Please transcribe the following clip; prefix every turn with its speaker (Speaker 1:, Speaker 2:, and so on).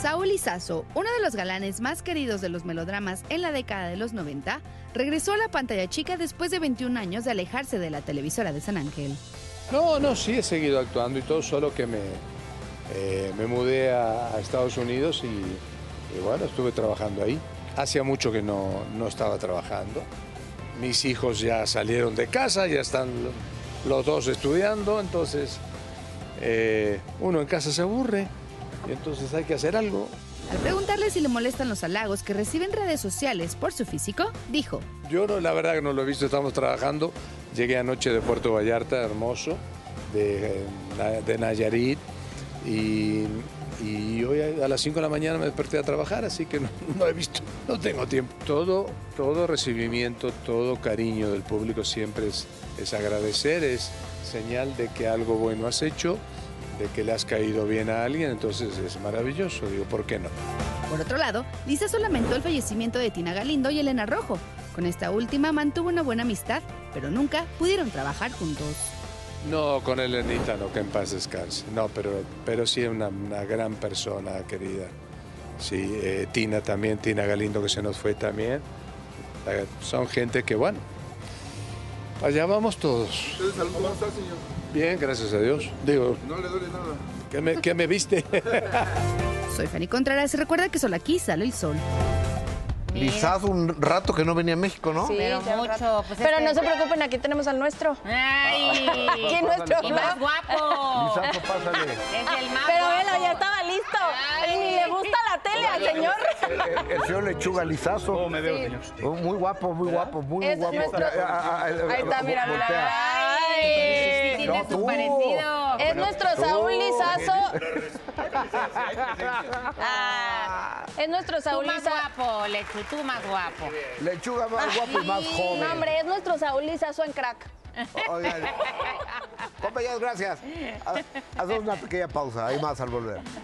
Speaker 1: Saúl Izazo, uno de los galanes más queridos de los melodramas en la década de los 90, regresó a la pantalla chica después de 21 años de alejarse de la televisora de San Ángel.
Speaker 2: No, no, sí he seguido actuando y todo, solo que me, eh, me mudé a, a Estados Unidos y, y, bueno, estuve trabajando ahí. Hacía mucho que no, no estaba trabajando. Mis hijos ya salieron de casa, ya están los dos estudiando, entonces eh, uno en casa se aburre y entonces hay que hacer algo.
Speaker 1: Al preguntarle si le molestan los halagos que reciben redes sociales por su físico, dijo,
Speaker 2: Yo no, la verdad que no lo he visto, estamos trabajando. Llegué anoche de Puerto Vallarta, hermoso, de, eh, de Nayarit, y, y hoy a las 5 de la mañana me desperté a trabajar, así que no, no he visto, no tengo tiempo. Todo, todo recibimiento, todo cariño del público siempre es, es agradecer, es señal de que algo bueno has hecho, de que le has caído bien a alguien, entonces es maravilloso, digo, ¿por qué no?
Speaker 1: Por otro lado, Lizazo lamentó el fallecimiento de Tina Galindo y Elena Rojo. Con esta última mantuvo una buena amistad, pero nunca pudieron trabajar juntos.
Speaker 2: No, con Elenita no, que en paz descanse. No, pero, pero sí es una, una gran persona, querida. Sí, eh, Tina también, Tina Galindo que se nos fue también. Eh, Son gente que, bueno, allá vamos todos.
Speaker 3: Entonces, salud, ¿cómo está, señor?
Speaker 2: Bien, gracias a Dios. Digo,
Speaker 3: No le duele nada.
Speaker 2: ¿qué me, qué me viste?
Speaker 1: Soy Fanny Contreras y recuerda que solo aquí sale el sol.
Speaker 4: Lizazo un rato que no venía a México, ¿no? Eh,
Speaker 5: Sí,
Speaker 6: Pero
Speaker 5: ya un
Speaker 6: mucho,
Speaker 5: rato.
Speaker 6: pues,
Speaker 5: Pero
Speaker 6: este-
Speaker 5: no se preocupen, aquí tenemos al nuestro.
Speaker 6: ¡Ay!
Speaker 5: Aquí nuestro
Speaker 6: Y más
Speaker 5: Flo.
Speaker 6: guapo.
Speaker 4: Lizazo, pásale.
Speaker 6: Es el más
Speaker 5: Pero
Speaker 6: guapo.
Speaker 5: velo, ya estaba listo.
Speaker 6: Ay.
Speaker 5: Y ni le gusta la tele al señor.
Speaker 4: El, eh, el- el señor Lechuga Lizazo.
Speaker 3: me veo, señor?
Speaker 4: Oh, Muy guapo, muy guapo, muy, muy
Speaker 5: Es
Speaker 4: guapo. Eh, ah,
Speaker 5: nuestro- Ahí está, mira, mira,
Speaker 4: Voltea.
Speaker 6: ¡Ay!
Speaker 4: No,
Speaker 6: Eh, Tiene su
Speaker 4: tú.
Speaker 6: parecido.
Speaker 5: Es nuestro Saúl Lizazo.
Speaker 6: Ah,
Speaker 5: Es nuestro
Speaker 6: tú
Speaker 5: Saúl
Speaker 6: más
Speaker 5: Lizazo.
Speaker 6: guapo, Lechu, tú más guapo.
Speaker 4: Lechuga más guapo y más joven.
Speaker 5: Ah, No, hombre, es nuestro Saúl Lizazo en crack.
Speaker 4: Oigan. Compañeros, gracias. Ha- Hacemos una pequeña pausa. Hay más al volver.